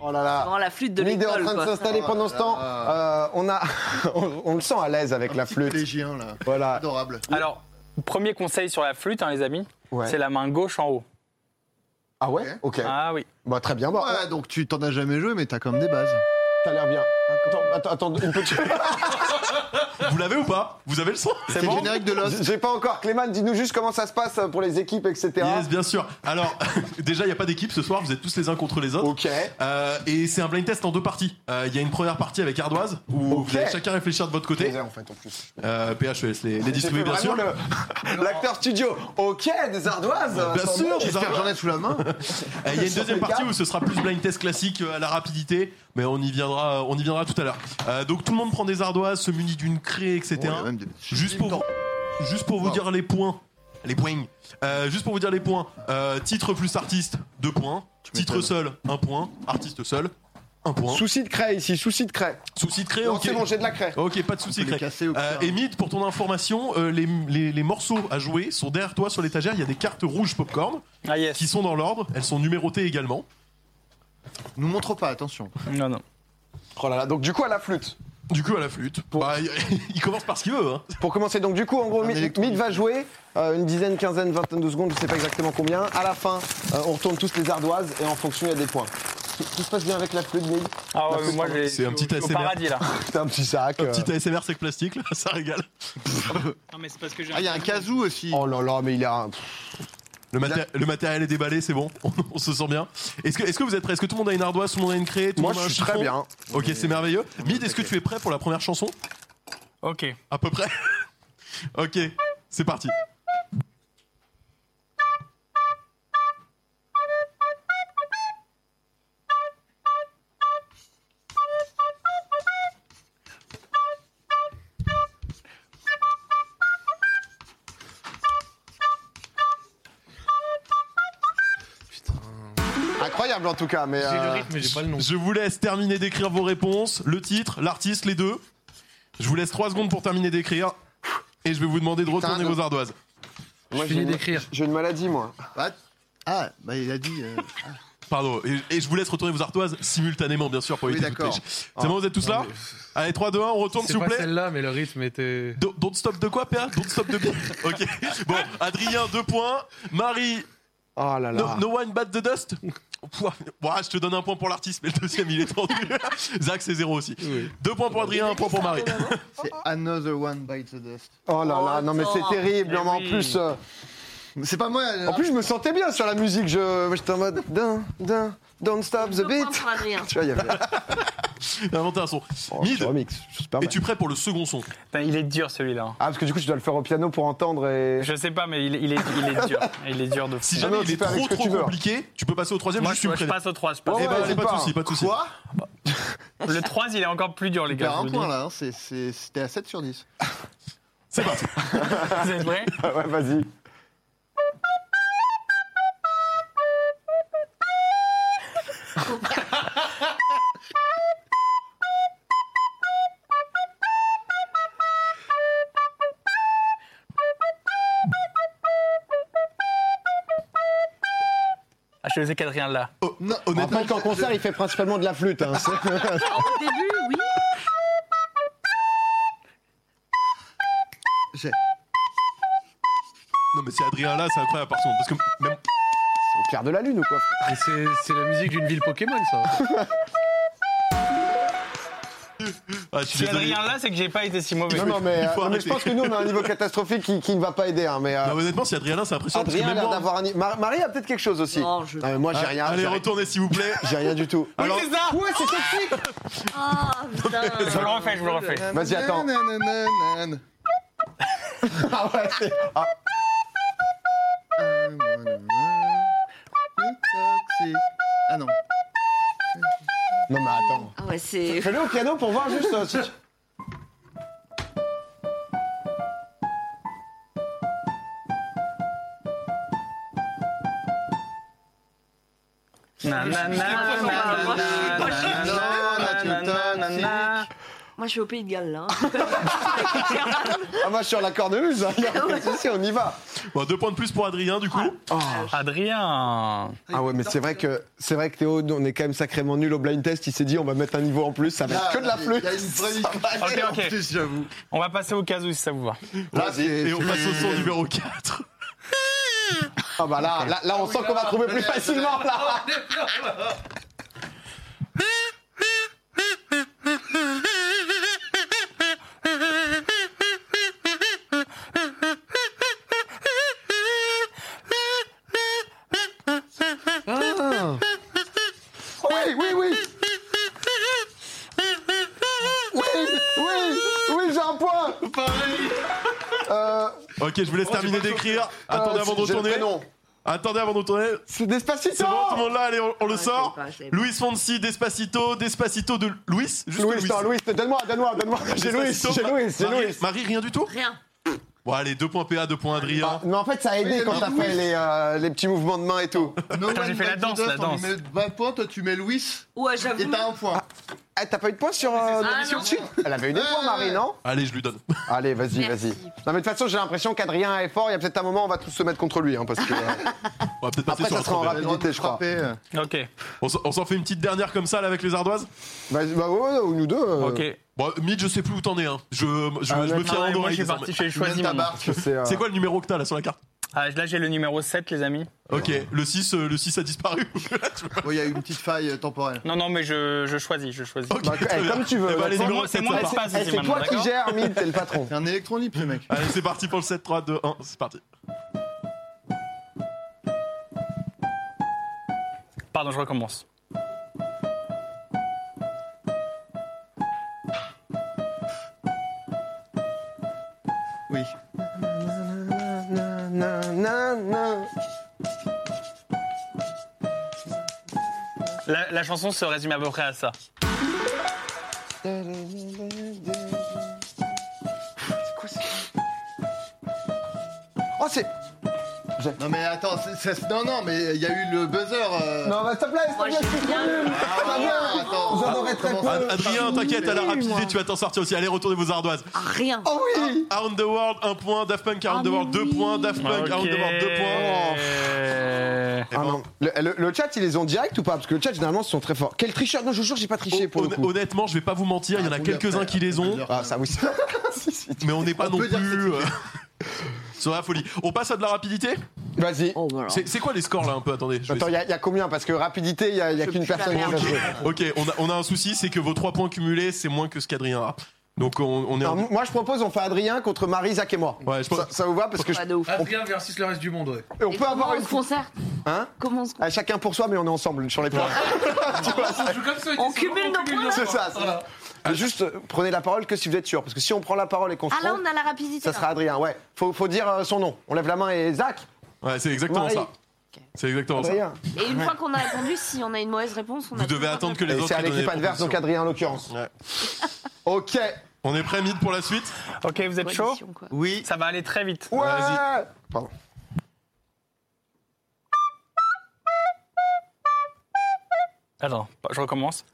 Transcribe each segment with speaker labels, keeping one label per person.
Speaker 1: Oh là là.
Speaker 2: Vraiment la flûte de
Speaker 1: L'idée est en
Speaker 2: l'école.
Speaker 1: train de
Speaker 2: quoi.
Speaker 1: s'installer pendant ce temps. Euh, on, a, on, on le sent à l'aise avec la flûte. Ah.
Speaker 3: Collégien, là.
Speaker 1: Voilà.
Speaker 3: Adorable.
Speaker 4: Alors, premier conseil sur la flûte, hein, les amis,
Speaker 1: Ouais.
Speaker 4: c'est la main gauche en haut.
Speaker 1: Ah ouais Ok.
Speaker 4: Ah oui.
Speaker 1: Bah, très bien. Bah,
Speaker 3: Ouais, donc tu t'en as jamais joué, mais t'as quand même des bases.
Speaker 1: T'as l'air bien. Attends, attends, attends, une petite.
Speaker 5: Vous l'avez ou pas Vous avez le son
Speaker 3: C'est le générique de Lost.
Speaker 1: J'ai pas encore. Clément, dis-nous juste comment ça se passe euh, pour les équipes, etc.
Speaker 5: Yes, bien sûr. Alors, déjà, il n'y a pas d'équipe ce soir, vous êtes tous les uns contre les autres.
Speaker 1: Ok.
Speaker 5: Euh, et c'est un blind test en deux parties. Euh, Il y a une première partie avec Ardoise, où
Speaker 1: Ok.
Speaker 5: vous allez chacun réfléchir de votre côté.
Speaker 1: en fait en plus.
Speaker 5: Euh, PHES, les, les distribuer, bien sûr.
Speaker 1: L'acteur studio. Ok, des ardoises.
Speaker 5: Bien
Speaker 1: sans
Speaker 5: sûr,
Speaker 1: doute.
Speaker 5: des
Speaker 3: J'espère que j'en ai sous la main.
Speaker 5: Euh, Il y a une
Speaker 1: Sur
Speaker 5: deuxième
Speaker 1: les
Speaker 5: partie
Speaker 1: gars.
Speaker 5: où ce sera plus blind test classique euh, à la rapidité, mais on y viendra, on y viendra tout à l'heure. Euh, donc tout le monde prend des ardoises, se munit d'une craie, etc.
Speaker 3: Oh, il y a même des-
Speaker 5: juste pour, vous- juste pour vous
Speaker 3: Wow.
Speaker 5: dire les points. Les poings. Euh, juste pour vous dire les points. Euh, titre plus artiste, 2 points. Titre
Speaker 3: m'étonnes.
Speaker 5: seul, 1 point. Artiste seul, 1 point.
Speaker 1: Souci de craie ici, souci de craie.
Speaker 5: Souci de craie,
Speaker 1: Non,
Speaker 5: ok.
Speaker 1: c'est bon, j'ai de la craie.
Speaker 5: Ok, pas de souci,
Speaker 3: On peut les
Speaker 5: Greg.
Speaker 3: casser au
Speaker 5: Euh,
Speaker 3: pire.
Speaker 5: et Mid, pour ton information, euh, les, les- les morceaux à jouer sont derrière toi sur l'étagère. Il y a des cartes rouges popcorn
Speaker 4: Ah yes.
Speaker 5: qui sont dans l'ordre. Elles sont numérotées également.
Speaker 3: Nous montre pas, attention.
Speaker 4: Non, non.
Speaker 1: Oh là là, donc du coup à la flûte.
Speaker 5: Du coup, à la flûte. Bah, il- il commence par ce qu'il veut. Hein.
Speaker 1: Pour commencer, donc du coup, en gros,
Speaker 3: Un
Speaker 1: Mid
Speaker 3: électronique.
Speaker 1: Mid va jouer euh, une dizaine, quinzaine, vingtaine de secondes, je sais pas exactement combien. À la fin, euh, on retourne tous les ardoises et en fonction, il y a des points. Tout, tout se passe bien avec la flûte, Mid.
Speaker 4: Ah ouais,
Speaker 1: La
Speaker 4: mais
Speaker 1: flûte,
Speaker 4: moi,
Speaker 1: pardon.
Speaker 4: j'ai-
Speaker 5: C'est un
Speaker 4: je
Speaker 5: petit
Speaker 4: suis au- je suis au
Speaker 5: ASMR.
Speaker 4: paradis là.
Speaker 1: T'as un petit sac. euh.
Speaker 5: Petit ASMR sec plastique, là, ça régale.
Speaker 6: Non, mais c'est parce que j'ai
Speaker 3: Ah, il y a un casou aussi.
Speaker 1: Oh là là, mais il a. un-
Speaker 5: Le, maté- le matériel est déballé, c'est bon. On, on se sent bien. Est-ce que, est-ce que vous êtes prêts Est-ce que tout le monde a une ardoise Tout le monde a une craie tout le
Speaker 1: Moi,
Speaker 5: monde a
Speaker 1: je
Speaker 5: un
Speaker 1: suis très
Speaker 5: chiffon
Speaker 1: bien.
Speaker 5: Ok, c'est merveilleux. Mid, est-ce que tu es prêt pour la première chanson
Speaker 4: Ok.
Speaker 5: À peu près. ok, c'est parti.
Speaker 1: Incroyable en tout cas, mais.
Speaker 6: J'ai le
Speaker 1: euh,
Speaker 6: rythme, mais j'ai pas le nom.
Speaker 5: Je vous laisse terminer d'écrire vos réponses, le titre, l'artiste, les deux. Je vous laisse 3 secondes pour terminer d'écrire. Et je vais vous demander de retourner
Speaker 3: Putain,
Speaker 5: vos ardoises.
Speaker 1: Moi,
Speaker 6: Je
Speaker 1: j'ai
Speaker 6: finis
Speaker 1: une-
Speaker 6: d'écrire.
Speaker 1: J'ai une maladie, moi.
Speaker 3: Ah, Ah, bah il a dit. euh,
Speaker 5: Pardon. Et, et je vous laisse retourner vos ardoises simultanément, bien sûr, pour
Speaker 3: Oui,
Speaker 5: éviter toute
Speaker 3: d'accord.
Speaker 5: triche.
Speaker 1: Ah.
Speaker 5: C'est bon, vous êtes tous là Allez, 3, 2, 1, on retourne,
Speaker 6: C'est
Speaker 5: s'il vous
Speaker 6: pas
Speaker 5: plaît.
Speaker 6: celle-là, mais le rythme était.
Speaker 5: Do- Don't stop de quoi, PA Don't stop de quoi Ok. Bon, Adrien, 2 points. Marie,
Speaker 1: Oh là
Speaker 5: no,
Speaker 1: là.
Speaker 5: no one bat the dust Pouah, ouah, je te donne un point pour l'artiste, mais le deuxième il est tendu. Zach, c'est zéro aussi.
Speaker 6: Oui.
Speaker 5: Deux points pour Adrien, un point pour
Speaker 4: Ah
Speaker 5: Marie.
Speaker 3: C'est Another One Bites the Dust.
Speaker 1: Oh là là,
Speaker 2: Oh,
Speaker 1: non mais c'est
Speaker 2: attends.
Speaker 1: terrible.
Speaker 6: Eh
Speaker 1: non, mais en
Speaker 6: oui.
Speaker 1: plus, euh,
Speaker 3: C'est pas moi. euh,
Speaker 1: en plus, je me sentais bien sur la musique. Je, j'étais en mode dun, dun, don't stop the
Speaker 2: Deux points
Speaker 1: beat.
Speaker 2: pour Adrien.
Speaker 1: Tu vois, il y avait.
Speaker 5: Inventé un son.
Speaker 1: Oh,
Speaker 5: Mid.
Speaker 1: je remix, je suis super mal.
Speaker 5: Es-tu prêt pour le second son
Speaker 4: Putain, il est dur celui-là.
Speaker 1: Ah parce que du coup, tu dois le faire au piano pour entendre et.
Speaker 4: Je sais pas, mais il, il est, il est dur. Il est dur de
Speaker 5: Si
Speaker 4: fou.
Speaker 5: jamais
Speaker 1: Ah non,
Speaker 5: il
Speaker 1: tu
Speaker 5: est
Speaker 1: fais avec
Speaker 5: trop
Speaker 1: ce que
Speaker 5: trop
Speaker 1: tu veux.
Speaker 5: compliqué, tu peux passer au troisième,
Speaker 4: Moi,
Speaker 5: juste tu
Speaker 4: je,
Speaker 5: me
Speaker 4: je
Speaker 5: préviens.
Speaker 4: passe au 3. Je passe
Speaker 1: Ouais,
Speaker 5: Eh
Speaker 4: au
Speaker 5: ben,
Speaker 4: trois.
Speaker 5: allez, pas
Speaker 1: pas.
Speaker 5: de soucis, pas de soucis.
Speaker 3: Quoi
Speaker 4: Le 3, il est encore plus dur, les
Speaker 3: Il perd
Speaker 4: gars. je
Speaker 3: un
Speaker 4: vous
Speaker 3: point là, hein. C'est- c'est- c'était à 7 sur 10.
Speaker 5: C'est parti.
Speaker 4: dis. Vous êtes prêts
Speaker 1: Ah ouais, vas-y.
Speaker 4: Ah, je sais qu'Adrien là.
Speaker 5: Oh,
Speaker 3: Non,
Speaker 1: Rappelle qu'en concert, il fait principalement de la flûte. hein.
Speaker 2: Au début, oui.
Speaker 3: j'ai-
Speaker 5: Non mais c'est Adrien là, c'est incroyable par son. Parce que même.
Speaker 1: C'est au clair de la lune ou quoi
Speaker 6: Et c'est c'est la musique d'une ville Pokémon, ça.
Speaker 5: Ah, je suis
Speaker 4: Si
Speaker 5: désolé.
Speaker 4: Adrien là, c'est que j'ai pas été si mauvais.
Speaker 1: Non, non, mais,
Speaker 5: Il
Speaker 1: euh,
Speaker 5: faut
Speaker 1: non, mais je
Speaker 5: arrêter.
Speaker 1: pense que nous, on a un niveau catastrophique qui, qui ne va pas aider. hein, mais, euh,
Speaker 5: Non, honnêtement, si Adrien là, c'est impressionnant. parce que
Speaker 1: Adrien a
Speaker 5: même
Speaker 1: l'air
Speaker 5: moi-
Speaker 1: d'avoir un. ni- Mar- Marie a peut-être quelque chose aussi.
Speaker 2: Non, Oh, je-
Speaker 1: mais moi, j'ai
Speaker 5: Ah,
Speaker 1: rien.
Speaker 5: Allez,
Speaker 1: j'ai rien-
Speaker 5: retournez s'il vous plaît.
Speaker 1: J'ai rien du tout.
Speaker 5: Alors,
Speaker 4: c'est ça
Speaker 1: Ouais, c'est toxique
Speaker 2: Ah, putain.
Speaker 4: Je le refais, je le refais.
Speaker 1: Vas-y, attends.
Speaker 3: Nananananan.
Speaker 1: Ah ouais, c'est- ah,
Speaker 3: Ah non.
Speaker 1: Non, mais attends.
Speaker 2: Ah ouais, c'est.
Speaker 1: Fais-le au piano pour voir juste euh, si tu-
Speaker 4: Nanana,
Speaker 2: Moi, je suis- moi, je suis-
Speaker 4: nanana, nanana, nanana.
Speaker 2: Moi, je suis au Pays de Galles, hein. là.
Speaker 1: Ah, moi, je suis sur la cornemuse. hein, y
Speaker 5: Ah
Speaker 1: a aucun souci, on y va.
Speaker 5: Bon, deux points de plus pour Adrien, du coup.
Speaker 4: Adrien
Speaker 1: Ah ouais, mais c'est vrai que c'est vrai que Théo, on est quand même sacrément nul au blind test. Il s'est dit, on va mettre un niveau en plus, ça va
Speaker 5: Ah,
Speaker 1: être que de la flûte.
Speaker 3: Il y a une vraie
Speaker 4: Ok, ok.
Speaker 3: En plus, j'avoue.
Speaker 4: On va passer au cas où si ça vous va.
Speaker 3: Là,
Speaker 5: Et on passe au son numéro 4.
Speaker 1: Ah bah là, là, là, on sent qu'on va trouver plus facilement là. Ah. Oui, oui, oui. Oui, oui, oui, j'ai un point. Euh,
Speaker 5: Ok, je vous laisse terminer d'écrire. Attendez
Speaker 1: euh,
Speaker 5: avant de
Speaker 1: j'ai le
Speaker 5: retourner.
Speaker 1: prénom.
Speaker 5: Attendez avant de retourner.
Speaker 1: C'est Despacito.
Speaker 5: C'est bon, tout le monde là, allez, on, on le
Speaker 1: Ah,
Speaker 2: Ouais,
Speaker 5: sort.
Speaker 2: je l'ai pas, je l'ai pas.
Speaker 5: Luis Fonsi, Despacito, Despacito de Luis. Juste
Speaker 1: Louis, non, Louis, donne-moi, donne-moi, donne-moi. J'ai Louis,
Speaker 5: Despacito,
Speaker 1: j'ai
Speaker 5: Ma-
Speaker 1: Louis, j'ai
Speaker 5: Marie-
Speaker 1: Louis.
Speaker 5: Marie, rien du tout
Speaker 2: Rien.
Speaker 5: Bon, allez, 2 points PA, 2 points Adrien.
Speaker 1: Ah, mais en fait, ça a aidé
Speaker 3: Oui,
Speaker 1: quand t'as
Speaker 3: Louis.
Speaker 1: fait les, euh, les petits mouvements de main et tout.
Speaker 3: No
Speaker 4: Attends, j'ai
Speaker 3: one
Speaker 4: fait la
Speaker 3: bites
Speaker 4: danse,
Speaker 3: the
Speaker 4: la
Speaker 3: dust, on lui
Speaker 4: danse.
Speaker 3: met 20 points, toi tu mets Louis
Speaker 2: Ouais,
Speaker 3: et
Speaker 2: euh, j'avoue.
Speaker 3: t'as un point.
Speaker 1: Ah, t'as pas eu de points sur euh,
Speaker 2: Ah,
Speaker 1: sur
Speaker 2: non.
Speaker 1: Chip Elle avait eu des
Speaker 3: Ouais,
Speaker 1: points,
Speaker 3: ouais,
Speaker 1: Marie,
Speaker 3: ouais.
Speaker 1: non
Speaker 5: Allez, je lui donne.
Speaker 1: Allez, vas-y, vas-y.
Speaker 2: Merci.
Speaker 1: Non, mais de toute façon, j'ai l'impression qu'Adrien est fort. Il y a peut-être un moment, on va tous se mettre contre lui. Hein, parce que, euh,
Speaker 5: On va peut-être passer
Speaker 1: Après,
Speaker 5: sur
Speaker 1: ça
Speaker 5: un
Speaker 1: sera en
Speaker 5: trophée.
Speaker 1: rapide. Habilité, je crois.
Speaker 3: Frapper. euh,
Speaker 4: Ok,
Speaker 5: On s'en- on s'en fait une petite dernière comme ça, là, avec les ardoises
Speaker 1: vas-y, bah, ouais, ouais, ou nous deux. euh,
Speaker 4: ok.
Speaker 5: Bon, Mid, je sais plus où t'en es. Hein. Je, je,
Speaker 1: Ah,
Speaker 5: je
Speaker 1: d'accord.
Speaker 5: me fie à
Speaker 4: Ah ouais, moi,
Speaker 5: Andorra.
Speaker 4: je suis parti, j'ai choisi
Speaker 3: Même ta
Speaker 4: maintenant.
Speaker 3: barque.
Speaker 1: C'est euh,
Speaker 5: C'est quoi le numéro que t'as là sur la carte
Speaker 4: Ah, là, j'ai le numéro 7, les amis.
Speaker 5: Ok, le 6, euh, le 6 a disparu.
Speaker 3: Bon, il y a eu une petite faille euh, temporelle.
Speaker 4: Non, non, mais je, je choisis, je choisis.
Speaker 5: Ok,
Speaker 1: bah, eh,
Speaker 5: très bien.
Speaker 1: comme tu veux.
Speaker 5: Eh ben, allez,
Speaker 1: d'accord.
Speaker 4: C'est
Speaker 5: numéro
Speaker 4: moi- c'est mon
Speaker 5: sept, ça part.
Speaker 4: espace
Speaker 1: Eh,
Speaker 4: ici
Speaker 1: c'est
Speaker 4: maintenant,
Speaker 1: toi qui
Speaker 4: d'accord
Speaker 1: gères, Mid, t'es le patron.
Speaker 3: C'est un électron libre, ce mec.
Speaker 5: Allez, c'est parti pour le 7, 3, 2, 1, c'est parti.
Speaker 4: Pardon, je recommence.
Speaker 3: Oui.
Speaker 1: Na, na, na, na.
Speaker 4: La, la chanson se résume à peu près à ça.
Speaker 1: Oh, c'est.
Speaker 3: Non, mais attends, c'est- c'est- non, non, mais il y a eu le buzzer. euh,
Speaker 1: Non, bah, s'il te plaît, s'il te
Speaker 2: Moi,
Speaker 1: plaît, je
Speaker 2: j'ai
Speaker 1: suis
Speaker 2: bien
Speaker 1: nul.
Speaker 2: le-
Speaker 3: Ah,
Speaker 1: Ça va.
Speaker 3: attends.
Speaker 1: Vous en
Speaker 3: Ah,
Speaker 1: aurez très
Speaker 3: comment
Speaker 1: peu.
Speaker 3: ça-
Speaker 5: Ad- Adrien, t'inquiète, à la rapidité, tu vas t'en sortir aussi. Allez, retournez vos ardoises.
Speaker 2: Ah, Rien.
Speaker 1: Oh oui
Speaker 5: Around the World, 1 point. Daft Punk, Around the
Speaker 2: Ah, mais
Speaker 5: World, 2
Speaker 2: oui.
Speaker 5: points. Daft Punk,
Speaker 4: Ok.
Speaker 5: Around the World, 2 points.
Speaker 1: Oh,
Speaker 5: Et
Speaker 1: Ah
Speaker 5: bon,
Speaker 1: non. Le, le- le chat, ils les ont direct ou pas Parce que le chat, généralement, ils sont très forts. Quel tricheur Non, je vous jure, j'ai pas triché
Speaker 5: hon-
Speaker 1: pour le coup.
Speaker 5: Honnêtement, je vais pas vous mentir, il y en a
Speaker 3: Ah,
Speaker 5: quelques-uns qui les ont,
Speaker 1: Ah, ça oui. Si, si.
Speaker 5: mais on n'est pas
Speaker 3: On
Speaker 5: non
Speaker 3: peut dire que
Speaker 5: plus. euh, Sur la folie. On passe à de la rapidité
Speaker 1: Vas-y.
Speaker 2: Oh, voilà.
Speaker 5: C'est c'est quoi les scores là un peu Attendez. je vais
Speaker 1: Attends, il y, a- y a combien Parce que rapidité, il y a, y a qu'une
Speaker 2: putain,
Speaker 1: personne qui
Speaker 2: merde.
Speaker 1: va jouer.
Speaker 5: Ok, on a, on a un souci, c'est que vos trois points cumulés, c'est moins que ce qu'Adrien a. Donc on, on est
Speaker 1: Alors,
Speaker 5: en...
Speaker 1: moi, je propose, on fait Adrien contre Marie, Zach et moi.
Speaker 5: Ouais, je pense-
Speaker 1: ça, ça vous va Parce que je-
Speaker 2: Pas de ouf.
Speaker 6: Adrien versus le reste du monde, ouais.
Speaker 1: on peut avoir une.
Speaker 2: se concerte
Speaker 1: Hein
Speaker 2: Comment on se
Speaker 1: À chacun pour soi, mais on est ensemble sur les points.
Speaker 6: On joue comme ça,
Speaker 2: On cumule nos points.
Speaker 1: c'est ça. c'est ça. Juste, euh, prenez la parole que si vous êtes sûr. Parce que si on prend la parole et qu'on se
Speaker 2: Ah, là,
Speaker 1: trompe,
Speaker 2: on a la rapidité.
Speaker 1: ça
Speaker 2: là.
Speaker 1: sera Adrien. Ouais. Faut, faut dire euh, son nom. On lève la main et Zach.
Speaker 5: Ouais, c'est exactement
Speaker 1: Marie.
Speaker 5: ça. C'est exactement ça.
Speaker 1: Adrien.
Speaker 2: Et une fois qu'on a répondu, si on a une mauvaise réponse, on a.
Speaker 5: Vous devez
Speaker 2: toujours
Speaker 5: attendre
Speaker 2: un
Speaker 5: que les
Speaker 1: Et
Speaker 5: autres.
Speaker 1: c'est à
Speaker 5: aient donné
Speaker 1: l'équipe
Speaker 5: des
Speaker 1: adverse, donc
Speaker 5: propositions.
Speaker 1: Adrien en l'occurrence.
Speaker 5: Ouais.
Speaker 1: Ok.
Speaker 5: On est prêt, Mid, pour la suite
Speaker 4: Ok, vous êtes chaud
Speaker 2: coalition, quoi.
Speaker 3: Oui.
Speaker 4: Ça va aller très vite.
Speaker 1: Ouais.
Speaker 5: Vas-y.
Speaker 1: Pardon.
Speaker 4: Attends, je recommence.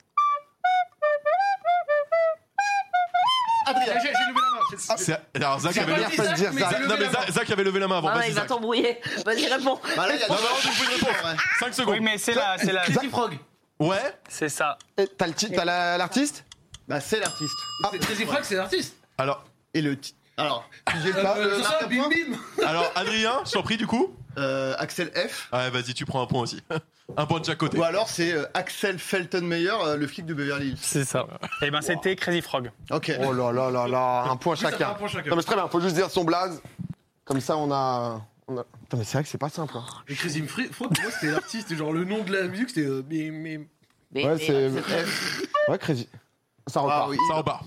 Speaker 6: Adrien, Ah, j'ai levé la main. j'ai-
Speaker 5: Ah, C'est- Alors, Zach
Speaker 6: J'ai
Speaker 5: avait,
Speaker 6: pas
Speaker 1: Adrien,
Speaker 6: dit
Speaker 1: ça
Speaker 6: Zach,
Speaker 1: dire
Speaker 6: mais
Speaker 1: Zach.
Speaker 6: j'ai levé
Speaker 5: non, mais
Speaker 6: la main.
Speaker 5: Zach, Zach avait levé la main avant.
Speaker 2: Ah,
Speaker 5: Vas-y,
Speaker 2: il va
Speaker 5: Zach.
Speaker 2: t'embrouiller. Vas-y, réponds.
Speaker 3: Bah là, il y a
Speaker 5: Non, non, je vous une réponse. 5
Speaker 4: Oui,
Speaker 5: secondes.
Speaker 4: mais c'est là, c'est là.
Speaker 6: Crazy Frog.
Speaker 5: Ouais
Speaker 4: C'est ça.
Speaker 1: Et Eh, T'as le ti- t'as la- l'artiste Ah.
Speaker 3: Bah, c'est l'artiste.
Speaker 6: C'est- Crazy Frog, c'est l'artiste.
Speaker 5: Alors,
Speaker 3: Et le titre. Alors, j'ai
Speaker 6: Euh,
Speaker 3: pas.
Speaker 6: euh,
Speaker 3: euh,
Speaker 6: ça,
Speaker 3: marque un
Speaker 6: bim
Speaker 3: point.
Speaker 6: bim.
Speaker 5: alors Adrien, je t'en prie, du coup
Speaker 3: Euh, Axel F.
Speaker 5: Ouais, vas-y, tu prends un point aussi. Un point de chaque côté.
Speaker 3: Ou alors c'est euh, Axel Feltonmeyer, euh, le flic de Beverly Hills.
Speaker 4: C'est ça. Et ben, c'était Crazy Frog.
Speaker 3: Ok.
Speaker 1: Oh là là là là, un point
Speaker 6: Oui, ça fait
Speaker 1: chacun.
Speaker 6: un point chacun.
Speaker 1: Non mais c'est très bien, faut juste dire son blaze. Comme ça on a. on a- Attends, mais c'est vrai que c'est pas simple. hein.
Speaker 6: Mais Crazy Frog, pour moi, c'était l'artiste. Genre, le nom de la musique, c'était. euh, bim, bim.
Speaker 2: Mais-
Speaker 1: Ouais,
Speaker 2: mais-
Speaker 1: c'est. Ouais, crazy. Ça repart.
Speaker 3: Ah oui.
Speaker 5: Ça repart.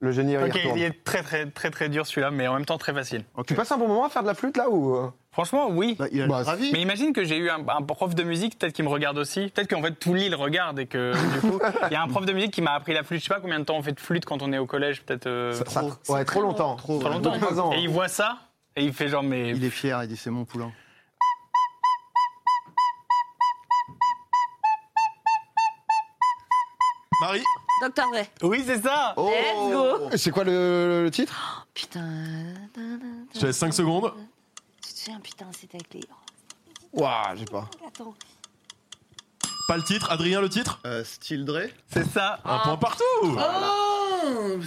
Speaker 1: Le génie il
Speaker 4: Ok,
Speaker 1: retourne.
Speaker 4: il est très très très très dur celui-là, mais en même temps très facile.
Speaker 1: Tu passes un bon moment à faire de la flûte là ou. euh
Speaker 4: Franchement, oui.
Speaker 3: Bah, il a
Speaker 1: Bah,
Speaker 3: l'air ravi.
Speaker 4: Mais imagine que j'ai eu un, un prof de musique, peut-être qu'il me regarde aussi. Peut-être qu'en fait tout l'île regarde et que du coup, il y a un prof de musique qui m'a appris la flûte. Je sais pas combien de temps on fait de flûte quand on est au collège, peut-être euh,
Speaker 1: Ça- ça-
Speaker 3: trop.
Speaker 1: Ouais, trop longtemps.
Speaker 3: Trop,
Speaker 4: trop
Speaker 3: ouais.
Speaker 4: longtemps.
Speaker 1: trois ans.
Speaker 4: Et il voit ça et il fait genre mais.
Speaker 3: Il est fier, il dit c'est mon poulain.
Speaker 5: Marie
Speaker 2: Docteur Dre.
Speaker 4: Oui, c'est ça
Speaker 1: Oh.
Speaker 2: Let's go.
Speaker 1: C'est quoi le, le titre
Speaker 2: Putain.
Speaker 5: Je te laisse 5 secondes.
Speaker 2: Tu te souviens, putain, c'était avec les. Oh,
Speaker 1: Ouah, j'ai pas.
Speaker 2: Attends.
Speaker 5: Pas le titre, Adrien le titre
Speaker 3: Euh, Style Dre.
Speaker 4: C'est ça
Speaker 6: Ah.
Speaker 5: Un point partout
Speaker 6: Oh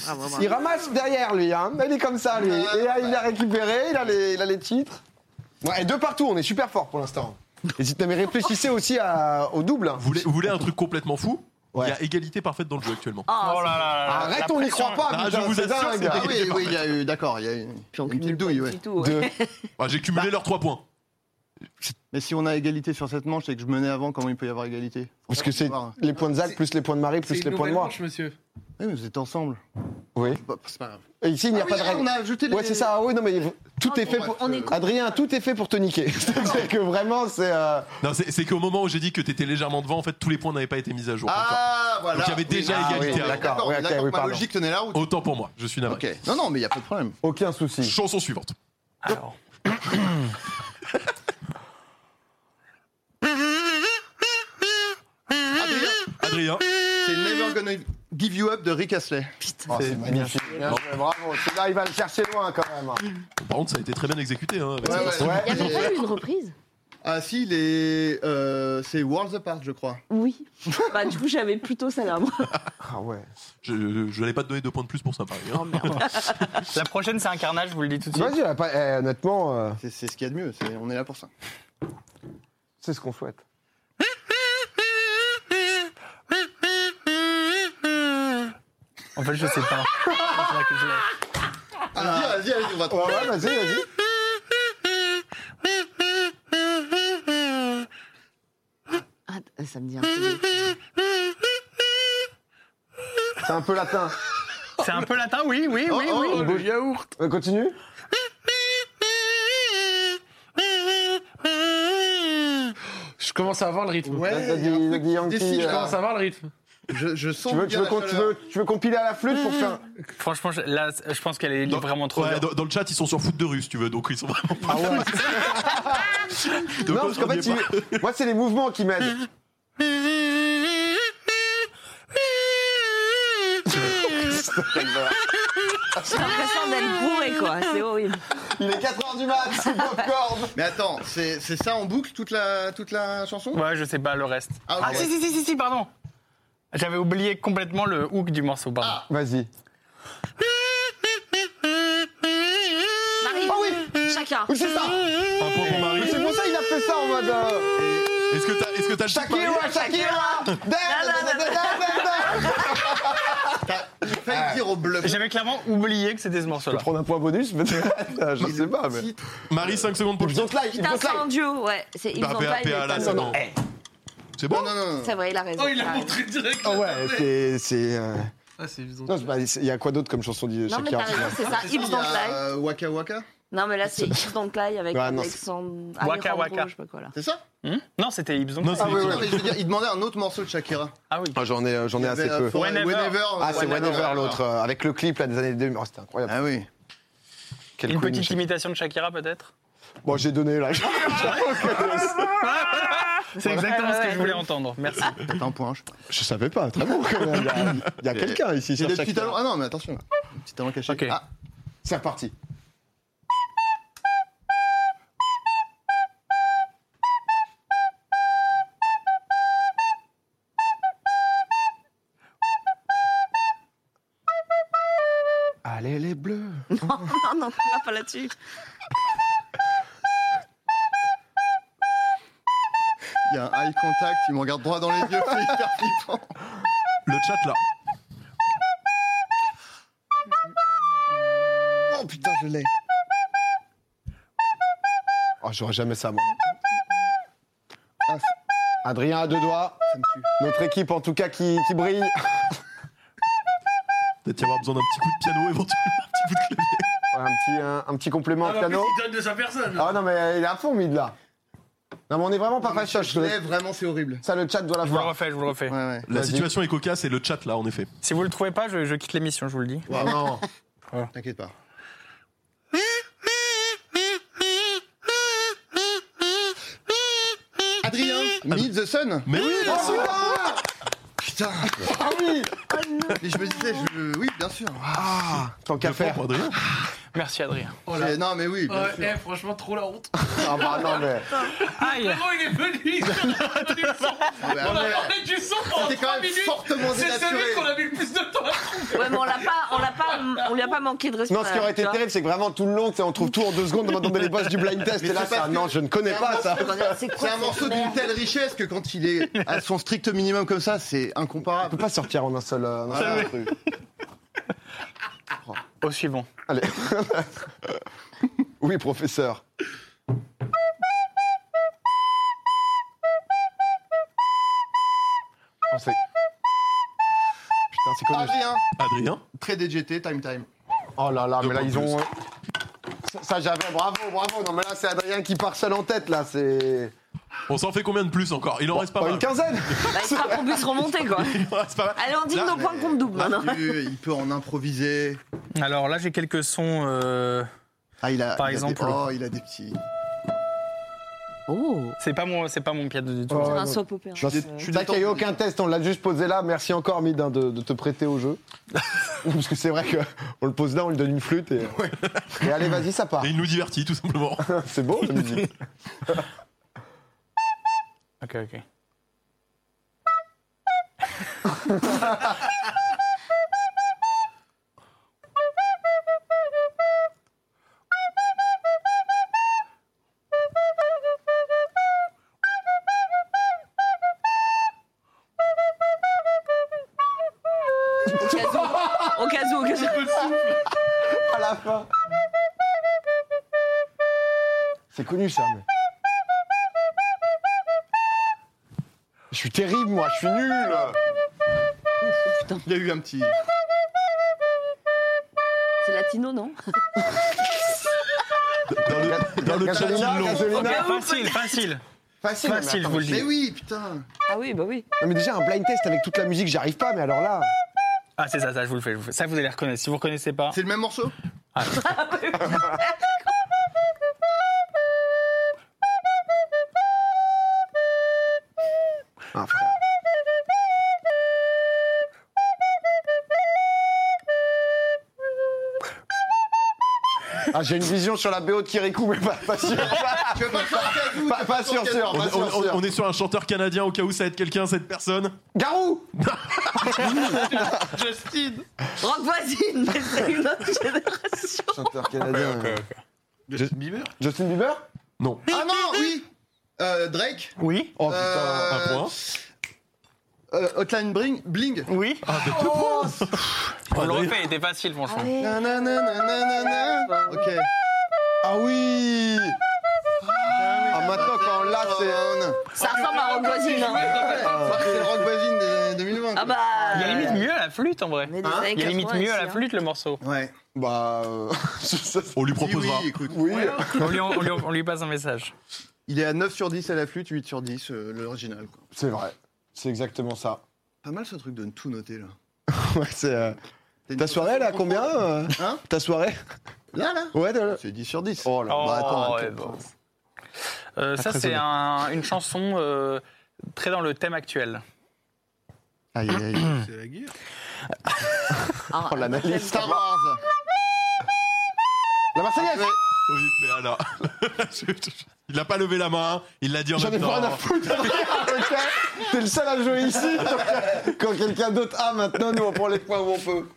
Speaker 2: Ah, vraiment.
Speaker 1: Il ramasse derrière lui, hein. Il est comme ça, lui. Et là, il a récupéré, il a les, il a les titres. Ouais, et deux partout, on est super fort pour l'instant. Et si- non, mais réfléchissez aussi à- au double. hein.
Speaker 5: vous voulez, vous voulez un truc complètement fou
Speaker 1: Ouais.
Speaker 5: Il y a égalité parfaite dans le jeu actuellement.
Speaker 2: Ah,
Speaker 4: Oh là là là,
Speaker 1: Arrête,
Speaker 4: la
Speaker 1: on n'y
Speaker 4: pression.
Speaker 1: croit pas.
Speaker 5: Ah,
Speaker 1: putain,
Speaker 5: je vous
Speaker 1: c'est
Speaker 5: assure,
Speaker 1: dingue.
Speaker 5: c'est
Speaker 3: Ah
Speaker 1: Ah oui,
Speaker 3: oui, oui, il y a eu, d'accord, il y a eu
Speaker 2: puis on
Speaker 3: une
Speaker 2: cumule
Speaker 3: douille,
Speaker 2: pas
Speaker 3: ouais.
Speaker 2: du tout.
Speaker 1: deux.
Speaker 5: Ah, J'ai cumulé leurs 3 points.
Speaker 3: Mais si on a égalité sur cette manche et que je menais avant, comment il peut y avoir égalité Faut
Speaker 1: Parce que c'est
Speaker 3: voir.
Speaker 1: les points de Zach,
Speaker 6: C'est-
Speaker 1: plus les points de Marie,
Speaker 6: C'est
Speaker 1: plus les
Speaker 6: une
Speaker 1: points de
Speaker 6: nouvelle
Speaker 1: moi.
Speaker 6: manche, monsieur.
Speaker 3: Oui, mais vous êtes ensemble.
Speaker 1: Oui.
Speaker 3: Bah, C'est pas grave.
Speaker 1: Et ici, il n'y a
Speaker 3: Ah
Speaker 1: pas
Speaker 3: oui,
Speaker 1: de règle.
Speaker 3: On a jeté les...
Speaker 1: Ouais, c'est ça. Ah oui, non, mais tout est fait pour. Euh,
Speaker 2: On est
Speaker 1: Adrien, tout est fait pour te niquer. C'est-à-dire que vraiment, c'est. euh,
Speaker 5: Non, c'est c'est qu'au moment où j'ai dit que t'étais légèrement devant, en fait, tous les points n'avaient pas été mis à jour.
Speaker 3: Ah, voilà.
Speaker 5: Donc il y avait déjà
Speaker 3: ah,
Speaker 5: égalité
Speaker 3: oui,
Speaker 5: avant.
Speaker 1: D'accord,
Speaker 3: D'accord,
Speaker 1: oui, ok,
Speaker 3: d'accord,
Speaker 1: oui,
Speaker 3: ma
Speaker 1: pardon.
Speaker 3: logique tenait la route.
Speaker 5: euh, Autant pour moi, je suis navré.
Speaker 3: Ok. Non, non, mais il n'y a pas de problème.
Speaker 1: Aucun souci.
Speaker 5: Chanson suivante.
Speaker 4: Alors.
Speaker 5: Adrien,
Speaker 3: C'est Never Gonna Give You Up de Rick Astley.
Speaker 1: Oh, c'est magnifique. Bien
Speaker 5: Bon.
Speaker 1: joué, Bravo. Celui-là, il va le chercher loin quand même.
Speaker 5: par contre, ça a été très bien exécuté. Hein, avec
Speaker 3: Ouais,
Speaker 5: ça.
Speaker 3: ouais.
Speaker 1: Ouais.
Speaker 2: Il n'y avait pas eu une reprise
Speaker 3: Ah si, les, euh, c'est Worlds Apart, je crois.
Speaker 2: Oui. Bah, du coup, j'avais plutôt celle-là, moi.
Speaker 1: Ah ouais.
Speaker 5: Je, je n'allais pas te donner deux points de plus pour ça, pareil. hein.
Speaker 4: La prochaine, c'est un carnage, je vous le dis tout de suite.
Speaker 1: Vas-y, ouais, pas- eh, honnêtement, euh,
Speaker 3: C'est, c'est ce qu'il y a de mieux, c'est- on est là pour ça.
Speaker 1: c'est ce qu'on souhaite.
Speaker 4: En fait, je sais pas. Faudrait que je la-
Speaker 3: Ah, Vas-y, vas-y, vas-y, on va
Speaker 1: Ouais,
Speaker 3: trouver.
Speaker 1: ouais, vas-y, vas-y.
Speaker 2: Ah, ça me dit un peu.
Speaker 1: C'est un peu latin.
Speaker 4: C'est un peu latin, oui, oui, oui,
Speaker 6: Oh,
Speaker 4: oui.
Speaker 1: Il bouge. Euh, Continue.
Speaker 6: Je commence à avoir le rythme.
Speaker 1: Là, t'as
Speaker 3: Ouais,
Speaker 1: dit-
Speaker 3: il y a un
Speaker 1: t'as
Speaker 3: truc
Speaker 1: dit
Speaker 3: qui
Speaker 1: Yankee,
Speaker 3: décide,
Speaker 6: Je
Speaker 3: je
Speaker 1: euh,
Speaker 6: commence à avoir le rythme.
Speaker 3: pense. Je, je sens
Speaker 1: Tu veux, tu,
Speaker 3: bien
Speaker 1: veux,
Speaker 3: la
Speaker 1: qu'on- tu,
Speaker 3: chaleur.
Speaker 1: veux, tu veux compiler à la flûte pour faire.
Speaker 4: Franchement, je- là, je pense qu'elle est
Speaker 5: Dans-
Speaker 4: vraiment trop.
Speaker 5: ouais,
Speaker 4: dure.
Speaker 5: dans, dans le chat, ils sont sur foot de rue, si tu veux, donc ils sont vraiment pas.
Speaker 1: Ah ouais.
Speaker 5: Donc, euh,
Speaker 1: non, parce qu'en
Speaker 5: on y
Speaker 1: fait,
Speaker 5: est pas.
Speaker 1: il- moi, c'est les mouvements qui m'aident.
Speaker 2: J'ai l'impression d'être bourré, quoi. C'est horrible.
Speaker 1: Il est 4h du mat, c'est popcorn.
Speaker 3: Mais attends, c'est, c'est ça en boucle toute la, toute la chanson
Speaker 4: Ouais, je sais pas le reste.
Speaker 3: Ah, ok.
Speaker 4: Ah, si, si, si, si, si, pardon. J'avais oublié complètement le hook du morceau, pardon.
Speaker 1: Vas-y.
Speaker 2: Marie, chacun.
Speaker 1: Ah Oui, c'est ça.
Speaker 5: Un point pour Marie.
Speaker 1: C'est pour ça qu'il a fait ça en mode. euh,
Speaker 5: Est-ce que t'as- est-ce que t'as le titre, Marie
Speaker 1: Shakira, Bah, Shakira. Da, da, da, da, da, da, da.
Speaker 3: Fais dire au bluff.
Speaker 4: J'avais clairement oublié que c'était ce
Speaker 1: Je peux
Speaker 4: morceau-là.
Speaker 1: prendre un point bonus, peut-être. Je sais pas, mais.
Speaker 5: Marie, 5 secondes pour le
Speaker 1: Ils ont
Speaker 5: titre.
Speaker 1: like, ils
Speaker 2: Putain, c'est
Speaker 1: ont Eh.
Speaker 2: en duo, ouais. C'est ils
Speaker 5: Bah,
Speaker 2: ont
Speaker 5: PA,
Speaker 2: pas
Speaker 5: PA, là,
Speaker 2: une
Speaker 5: c'est bon.
Speaker 1: like.
Speaker 5: C'est
Speaker 3: Non,
Speaker 5: bon
Speaker 3: non, non. non.
Speaker 2: C'est vrai, il a raison.
Speaker 6: Oh, il
Speaker 2: t'as
Speaker 6: a
Speaker 2: raison.
Speaker 6: montré direct.
Speaker 1: Ah ouais, c'est. c'est, euh,
Speaker 6: Ah, c'est évident.
Speaker 1: Non, c'est pas- c'est- il y a quoi d'autre comme chanson de
Speaker 2: Non, mais t'as
Speaker 1: Shakira
Speaker 2: raison, c'est ça. Hips
Speaker 3: Il y
Speaker 2: Don't
Speaker 3: a,
Speaker 2: Lie.
Speaker 3: euh, Waka Waka.
Speaker 2: Non, mais là, c'est Hips Don't Lie avec
Speaker 1: Ah, non, c'est-
Speaker 2: Alexandre.
Speaker 4: Waka,
Speaker 2: Alejandro,
Speaker 4: Waka.
Speaker 2: Je sais pas quoi, là.
Speaker 3: C'est ça
Speaker 4: Hmm non, c'était Ibsen.
Speaker 5: Non, c'est
Speaker 1: Ah ouais,
Speaker 3: Non,
Speaker 5: Victor.
Speaker 3: mais je veux dire, il demandait un autre morceau de Shakira.
Speaker 4: Ah oui.
Speaker 1: Ah, J'en ai, euh, j'en ai assez
Speaker 3: Il y avait,
Speaker 1: peu.
Speaker 3: euh, For-
Speaker 4: Whenever.
Speaker 1: Ah, c'est
Speaker 3: Whenever.
Speaker 1: Whenever l'autre, euh, avec le clip là, des années 2000. Oh, c'était incroyable.
Speaker 3: Ah oui.
Speaker 1: Quel
Speaker 4: Une
Speaker 1: coup de
Speaker 4: petite
Speaker 1: machine.
Speaker 4: imitation de Shakira, peut-être
Speaker 1: Bon, j'ai donné là.
Speaker 4: C'est exactement ce que je voulais entendre. Merci.
Speaker 3: T'as un point, je crois.
Speaker 1: Je savais pas, très bon. quand même. Il y a, il y a quelqu'un ici.
Speaker 3: Il y a
Speaker 1: sur
Speaker 3: des
Speaker 1: chaque-
Speaker 3: petits talents. Ah non, mais attention. Petit talent caché.
Speaker 4: Ok.
Speaker 3: Ah,
Speaker 1: C'est reparti. Allez les bleus.
Speaker 2: Non, non, on va pas là-dessus.
Speaker 3: il y a un eye contact, il me regarde droit dans les yeux, c'est hyper flippant.
Speaker 5: Le chat là.
Speaker 3: Oh putain, je l'ai.
Speaker 1: Oh, j'aurais jamais ça moi. Ah, c'est- Adrien à deux doigts.
Speaker 3: Ça me tue.
Speaker 1: Notre équipe en tout cas qui, qui brille.
Speaker 5: Peut-être y avoir besoin d'un petit coup de piano éventuellement, un petit coup de clavier.
Speaker 1: Ouais, un, petit, un, un petit complément
Speaker 6: Ah,
Speaker 1: au
Speaker 6: mais en plus,
Speaker 1: piano.
Speaker 6: il donne de sa personne. là.
Speaker 1: Ah non mais il est à fond mid là. Non mais on est vraiment pas fachoche.
Speaker 3: Je l'ai, vraiment, c'est horrible.
Speaker 1: Ça le chat doit
Speaker 4: Je vous le
Speaker 1: l'avoir.
Speaker 4: refais, je vous le refais.
Speaker 3: Ouais, ouais.
Speaker 5: La
Speaker 1: Vas-y.
Speaker 5: situation est cocasse et le chat là, en effet.
Speaker 4: Si vous le trouvez pas, je, je quitte l'émission, je vous le dis.
Speaker 1: Ah non.
Speaker 3: T'inquiète pas. Adrien, Meet the Sun.
Speaker 5: Mais oui,
Speaker 1: Oh, putain
Speaker 3: putain.
Speaker 1: Ah oui
Speaker 3: Et je me disais, je... oui, bien sûr.
Speaker 1: Ah, tant qu'à
Speaker 5: Deux fois
Speaker 1: faire.
Speaker 5: pour Adrien.
Speaker 4: Merci Adrien.
Speaker 6: Oh là.
Speaker 3: C'est- Non, mais oui, bien
Speaker 6: Ouais,
Speaker 3: sûr.
Speaker 6: eh, franchement, trop la honte.
Speaker 1: Ah bah non, mais.
Speaker 4: Aïe
Speaker 6: Comment il est venu Il a parlé du son.
Speaker 3: Ah, bah,
Speaker 6: On a
Speaker 3: ouais.
Speaker 6: parlé du son pendant
Speaker 3: C'était quand
Speaker 6: 3
Speaker 3: même
Speaker 6: minutes.
Speaker 3: fortement
Speaker 6: C'est celui qu'on
Speaker 3: dénaturé.
Speaker 6: a mis le plus de temps à trouver.
Speaker 2: Ouais, mais on l'a pas, on l'a pas, on lui a pas manqué de respect.
Speaker 1: Non, ce qui aurait été
Speaker 2: tu vois.
Speaker 1: terrible, c'est que vraiment tout le long, tu sais, on trouve tout en deux secondes dans dans les boss du blind test.
Speaker 3: Mais
Speaker 1: Et là,
Speaker 3: c'est pas
Speaker 1: ça,
Speaker 3: que-
Speaker 1: non, je ne connais pas ça.
Speaker 2: C'est quoi
Speaker 3: C'est un
Speaker 2: cette
Speaker 3: morceau d'une
Speaker 2: merde
Speaker 3: telle richesse que quand il est à son strict minimum comme ça, c'est
Speaker 1: On peut
Speaker 3: incomparable.
Speaker 1: pas sortir en un seul. euh, en un
Speaker 3: Voilà.
Speaker 1: seul truc.
Speaker 4: Au suivant.
Speaker 1: Allez. oui, professeur. On sait- Putain, c'est connu.
Speaker 3: Adrien,
Speaker 5: Adrien.
Speaker 3: très DGT, time time.
Speaker 1: Oh là là,
Speaker 5: Deux
Speaker 1: mais là,
Speaker 5: points
Speaker 1: ils
Speaker 5: de
Speaker 1: ont. Ça, ça, j'avais. Bravo, bravo. Non, mais là, c'est Adrien qui part seul en tête, là. C'est.
Speaker 5: On s'en fait combien de plus encore Il en reste pas
Speaker 1: Pas
Speaker 5: mal.
Speaker 1: une quinzaine
Speaker 2: Bah, il sera qu'on puisse remonter, quoi.
Speaker 5: Il en reste pas mal.
Speaker 2: Allez, on dit
Speaker 3: Là,
Speaker 2: nos
Speaker 3: mais-
Speaker 2: points qu'on double maintenant.
Speaker 3: Mathieu, il peut en improviser.
Speaker 4: Alors là, j'ai quelques sons. euh,
Speaker 3: Ah, il a,
Speaker 4: Par
Speaker 3: il a des-
Speaker 4: exemple.
Speaker 3: oh, il a des petits.
Speaker 2: Oh,
Speaker 4: C'est pas mon, c'est pas mon piano du tout.
Speaker 1: Oh.
Speaker 2: c'est
Speaker 1: Ouais,
Speaker 2: un
Speaker 1: non.
Speaker 2: soap opéra.
Speaker 1: Je suis
Speaker 2: Euh,
Speaker 1: détendu. C'est vrai qu'il n'y a eu aucun test, on l'a juste posé là. Merci encore, Midin, de, de te prêter au jeu. Parce que c'est vrai qu'on le pose là, on lui donne une flûte et. et allez, vas-y, ça part.
Speaker 5: Et il nous divertit tout simplement.
Speaker 1: C'est beau, la musique.
Speaker 4: Ok, ok.
Speaker 2: Au cas où, au cas où, au cas où.
Speaker 1: À la fin. C'est connu, ça, mais. Je suis terrible, moi, je suis nul.
Speaker 3: Il y a eu un petit.
Speaker 2: C'est latino, non
Speaker 5: Dans le, dans le chat,
Speaker 1: Gasolina,
Speaker 5: ils l'ont.
Speaker 4: Ok,
Speaker 1: Gasolina.
Speaker 4: facile, facile.
Speaker 1: Facile, mais
Speaker 4: Facile, je
Speaker 1: attends.
Speaker 4: vous le dis.
Speaker 3: Mais oui, putain.
Speaker 2: Ah oui, bah oui.
Speaker 1: Non, mais déjà, un blind test avec toute la musique, j'arrive pas, mais alors là.
Speaker 4: Ah, c'est ça, ça, je vous le fais, je vous le fais. Ça, vous allez reconnaître. Si vous reconnaissez pas.
Speaker 3: C'est le même morceau
Speaker 1: Ah, frère. Ah, j'ai une vision sur la BO de Kirikou, mais pas, pas sûr. Pas,
Speaker 3: Tu veux pas le faire en casou,
Speaker 1: pas,
Speaker 3: tu veux le
Speaker 1: sûr,
Speaker 3: faire
Speaker 1: sûr.
Speaker 3: en casou.
Speaker 5: On,
Speaker 1: Pas
Speaker 5: est-
Speaker 1: sûr,
Speaker 5: on-
Speaker 1: sûr.
Speaker 5: on est sur un chanteur canadien au cas où ça aide quelqu'un, cette personne.
Speaker 1: Garou
Speaker 3: Justin.
Speaker 2: Rock voisine, mais c'est une autre génération.
Speaker 1: Chanteur canadien.
Speaker 6: Justin Bieber
Speaker 1: Justin Bieber
Speaker 5: Non.
Speaker 3: Ah non, oui. Euh, Drake.
Speaker 4: Oui.
Speaker 1: Oh putain.
Speaker 3: Euh,
Speaker 5: Un point.
Speaker 3: euh, Hotline Bling. Bling.
Speaker 4: Oui.
Speaker 3: Oh,
Speaker 4: On le
Speaker 5: Adrien.
Speaker 4: refait, il était facile,
Speaker 2: Ah
Speaker 4: franchement.
Speaker 3: Nananananana. Ok.
Speaker 1: Ah oui
Speaker 3: Ah,
Speaker 1: maintenant, quand on l'a, c'est-
Speaker 2: Ça
Speaker 6: Ah,
Speaker 2: ressemble à Rock voisine, hein.
Speaker 3: Ça, C'est le rock voisine des années 2020.
Speaker 2: Ah
Speaker 3: quoi.
Speaker 2: bah.
Speaker 4: Il y a limite mieux à la flûte, en vrai.
Speaker 2: On est des
Speaker 3: Hein
Speaker 2: années
Speaker 4: Il y a limite
Speaker 2: 80
Speaker 4: mieux à la
Speaker 2: ici, hein.
Speaker 4: flûte, le morceau.
Speaker 3: Ouais.
Speaker 1: Bah. euh, ça-
Speaker 5: On lui
Speaker 3: Dis
Speaker 5: proposera.
Speaker 3: Oui, écoute.
Speaker 1: oui.
Speaker 4: On lui, on lui- on lui passe un message.
Speaker 3: Il est à 9 sur 10 à la flûte, 8 sur 10 euh, l'original. quoi.
Speaker 1: C'est vrai. C'est exactement ça.
Speaker 3: Pas mal ce truc de tout noter là.
Speaker 1: Ouais, c'est. euh,
Speaker 3: T'as une
Speaker 1: Ta soirée, là,
Speaker 3: concentration
Speaker 1: combien euh,
Speaker 3: Hein
Speaker 1: Ta soirée
Speaker 3: Là, là
Speaker 1: Ouais, t'as-
Speaker 3: C'est 10 sur 10.
Speaker 1: Oh là.
Speaker 3: bah, attends,
Speaker 4: Oh,
Speaker 3: attends.
Speaker 4: ouais, bon. Euh, ça,
Speaker 1: très
Speaker 4: c'est
Speaker 1: honnête.
Speaker 4: un- une chanson euh, très dans le thème actuel.
Speaker 3: Aïe, aïe, aïe.
Speaker 6: C'est la guerre.
Speaker 2: Ah,
Speaker 1: Oh, l'analyse.
Speaker 3: Star Wars
Speaker 1: La Marseillaise
Speaker 5: Oui, mais alors. Il n'a pas levé la main, il l'a dit en
Speaker 1: J'en ai
Speaker 5: même
Speaker 1: pas rien à
Speaker 5: temps.
Speaker 1: foutre. ok T'es le seul à jouer ici. donc, Quand quelqu'un d'autre a maintenant, nous on prend les points où on peut.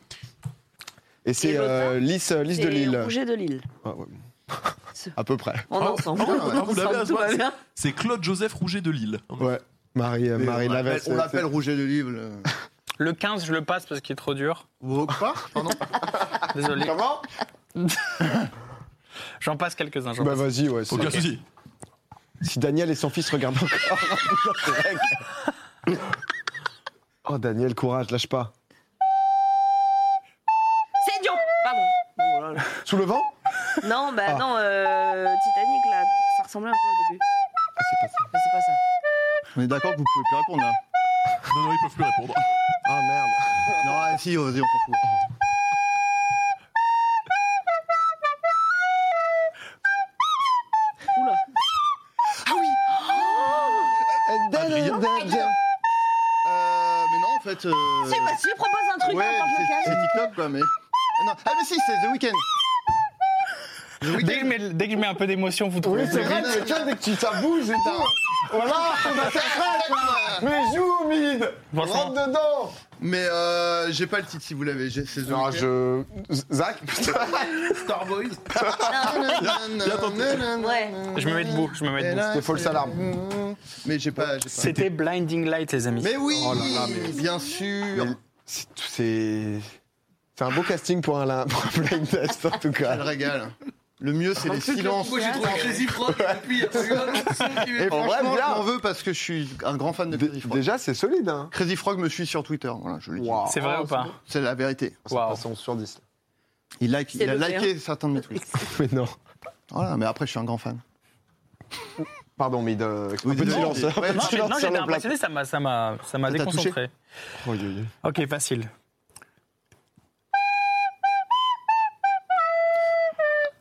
Speaker 1: Et c'est
Speaker 2: Et l'autre,
Speaker 1: euh, Lys, euh, Lys
Speaker 2: C'est
Speaker 1: de Lille.
Speaker 2: Rouget de Lille.
Speaker 1: Ah, ouais. à peu près.
Speaker 2: On est ensemble.
Speaker 5: ah ouais,
Speaker 2: On
Speaker 5: ah,
Speaker 2: est
Speaker 5: vous l'avez
Speaker 2: ensemble,
Speaker 5: à ce
Speaker 2: tout va
Speaker 5: moment-là.
Speaker 2: bien.
Speaker 5: C'est Claude-Joseph Rouget de Lille.
Speaker 1: Ouais. Marie, euh,
Speaker 3: Mais
Speaker 1: Marie
Speaker 3: on l'appelle-
Speaker 1: Lavesse.
Speaker 3: On
Speaker 1: euh,
Speaker 3: l'appelle Rouget de Livre.
Speaker 4: Le 15, je le passe parce qu'il est trop dur.
Speaker 3: Ou pas Pardon
Speaker 4: Désolé.
Speaker 1: Comment
Speaker 4: J'en passe quelques-uns. j'en
Speaker 1: Bah
Speaker 4: passe.
Speaker 1: vas-y, ouais. c'est-
Speaker 5: Aucun souci.
Speaker 1: Si Daniel et son fils regardent encore. c'est vrai que- oh Daniel, courage, lâche pas.
Speaker 2: C'est Dion Pardon.
Speaker 1: Sous le vent
Speaker 2: Non, bah
Speaker 1: Ah.
Speaker 2: non, euh, Titanic, là, ça ressemblait un peu au début.
Speaker 1: Ah, c'est pas ça.
Speaker 2: Mais c'est pas ça.
Speaker 3: On est d'accord que vous pouvez plus répondre là.
Speaker 5: Non, non, ils peuvent plus répondre.
Speaker 1: Ah merde.
Speaker 3: Non, ah, si, vas-y, on s'en fout.
Speaker 2: Oula.
Speaker 1: Euh,
Speaker 5: Adrien
Speaker 1: Adrien.
Speaker 3: Euh, mais non, fait. euh,
Speaker 2: Si, bah, si je propose un truc,
Speaker 3: ouais,
Speaker 2: on porte
Speaker 3: c'est
Speaker 2: le
Speaker 3: c'est TikTok quoi, mais. Ah, non. Ah, mais si, c'est The Weeknd. The
Speaker 4: Dès que, je
Speaker 3: Weeknd.
Speaker 4: mets, dès que je mets un peu d'émotion, vous
Speaker 1: Oui,
Speaker 4: trouvez
Speaker 1: c'est
Speaker 4: ça
Speaker 1: vrai,
Speaker 4: vite.
Speaker 1: mais tiens, dès que tu, ça bouge et tout. Voilà, on
Speaker 3: Ah,
Speaker 1: interprète, là. Mes joues humides.
Speaker 4: Franchement.
Speaker 1: Rentre dedans.
Speaker 3: Mais euh, j'ai pas le titre si vous l'avez. j'ai- C'est The
Speaker 1: Non,
Speaker 3: Weeknd.
Speaker 1: Ah, je. Zach putain.
Speaker 6: Starboy.
Speaker 2: cadeau. Ouais.
Speaker 4: Je me mets debout, je me mets debout.
Speaker 1: C'était fausse
Speaker 3: alarme. Mais j'ai pas. j'ai pas.
Speaker 4: C'était Blinding Light, les amis.
Speaker 3: Mais oui,
Speaker 1: Oh là là, mais-
Speaker 3: bien sûr.
Speaker 1: Mais C'est tout- c'est. C'est un beau casting pour un, lin- pour un blind test, en tout
Speaker 3: Ça le
Speaker 1: cas.
Speaker 3: régale. Le mieux,
Speaker 1: Ah,
Speaker 3: c'est les silences.
Speaker 6: Moi j'ai trouvé Crazy Frog et puis il y a ce qui
Speaker 3: Et
Speaker 6: m'est-
Speaker 1: En vrai,
Speaker 3: franchement,
Speaker 1: bien.
Speaker 3: je m'en veux parce que je suis un grand fan de
Speaker 1: Dé-
Speaker 3: Crazy Frog.
Speaker 1: Déjà, c'est solide, hein.
Speaker 3: Crazy Frog me suit sur Twitter, voilà, je le dis.
Speaker 1: Waouh.
Speaker 4: C'est vrai ou pas
Speaker 3: C'est la vérité.
Speaker 1: C'est
Speaker 4: Waouh.
Speaker 1: passé 11 sur 10.
Speaker 3: Il, like,
Speaker 2: C'est
Speaker 3: il a
Speaker 2: le
Speaker 3: liké certains de mes tweets.
Speaker 1: Mais non.
Speaker 3: Voilà, mais après, je suis un grand fan.
Speaker 1: Pardon, mais de... un
Speaker 3: Oui,
Speaker 1: peu de
Speaker 3: désolé.
Speaker 1: silence.
Speaker 3: Ouais,
Speaker 1: un peu de Oh,
Speaker 4: Non, j'ai-
Speaker 1: silence
Speaker 4: non,
Speaker 1: sur le
Speaker 4: j'étais
Speaker 1: plateau.
Speaker 4: impressionné, ça m'a, ça m'a, ça m'a
Speaker 1: Ça t'a touché
Speaker 4: déconcentré. Ok, facile.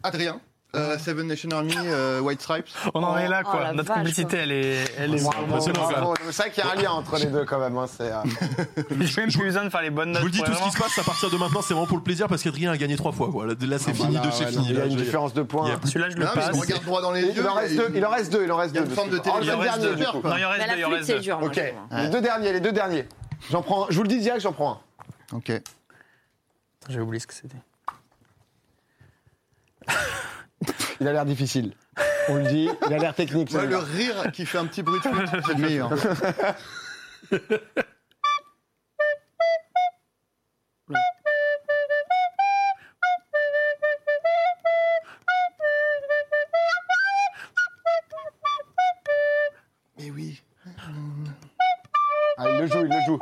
Speaker 3: Adrien, euh, Seven Nation Army, euh, White Stripes.
Speaker 4: On en est là,
Speaker 2: Oh,
Speaker 4: quoi.
Speaker 2: la
Speaker 4: Notre
Speaker 2: vache,
Speaker 4: complicité, elle est, elle est.
Speaker 1: Bravo,
Speaker 5: C'est bon, ça.
Speaker 1: bravo. C'est vrai qu'il y a un lien entre les deux, quand même. hein, c'est, euh,
Speaker 4: J'ai même plus besoin de faire les bonnes
Speaker 5: Je
Speaker 4: notes.
Speaker 5: vous le dis,
Speaker 4: pour
Speaker 5: tout ce qui
Speaker 4: vraiment-
Speaker 5: se passe à partir de maintenant, c'est vraiment pour le plaisir parce qu'Adrien a gagné trois fois. quoi. Là, là, c'est
Speaker 1: Ah,
Speaker 5: fini,
Speaker 1: voilà,
Speaker 5: de c'est
Speaker 1: ouais, non,
Speaker 5: fini.
Speaker 1: Il y a
Speaker 5: là,
Speaker 1: une
Speaker 5: je-
Speaker 1: différence de
Speaker 5: Il y
Speaker 1: points.
Speaker 5: a plus-
Speaker 4: Celui-là, je le
Speaker 3: Non, Ah, mais
Speaker 4: passe.
Speaker 3: on regarde droit dans les
Speaker 1: Et
Speaker 3: yeux.
Speaker 1: Il en reste
Speaker 3: et-
Speaker 1: deux, il en reste deux, il en reste
Speaker 3: Il y a
Speaker 1: deux.
Speaker 3: une forme de
Speaker 1: toute façon.
Speaker 3: télévision.
Speaker 1: Enlève
Speaker 3: Il
Speaker 1: le
Speaker 3: en reste
Speaker 1: dernier,
Speaker 3: deux.
Speaker 1: du coup.
Speaker 4: Non, il en
Speaker 2: Mais
Speaker 4: reste
Speaker 2: Bah,
Speaker 4: deux,
Speaker 2: la
Speaker 4: il en
Speaker 2: flûte,
Speaker 4: reste
Speaker 2: c'est
Speaker 4: deux.
Speaker 2: dur. moi,
Speaker 3: Ok.
Speaker 2: je trouve.
Speaker 1: Les deux derniers, les deux derniers. J'en prends, je vous le dis direct, j'en prends un.
Speaker 3: Ok.
Speaker 4: Attends, J'ai oublié ce que c'était.
Speaker 1: Il a l'air difficile. On le dit, il a l'air technique.
Speaker 3: Ouais, le
Speaker 1: celui-là.
Speaker 3: rire qui fait un petit bruit de flûte, c'est le meilleur. Mais oui.
Speaker 1: Ah, il le joue, il le joue.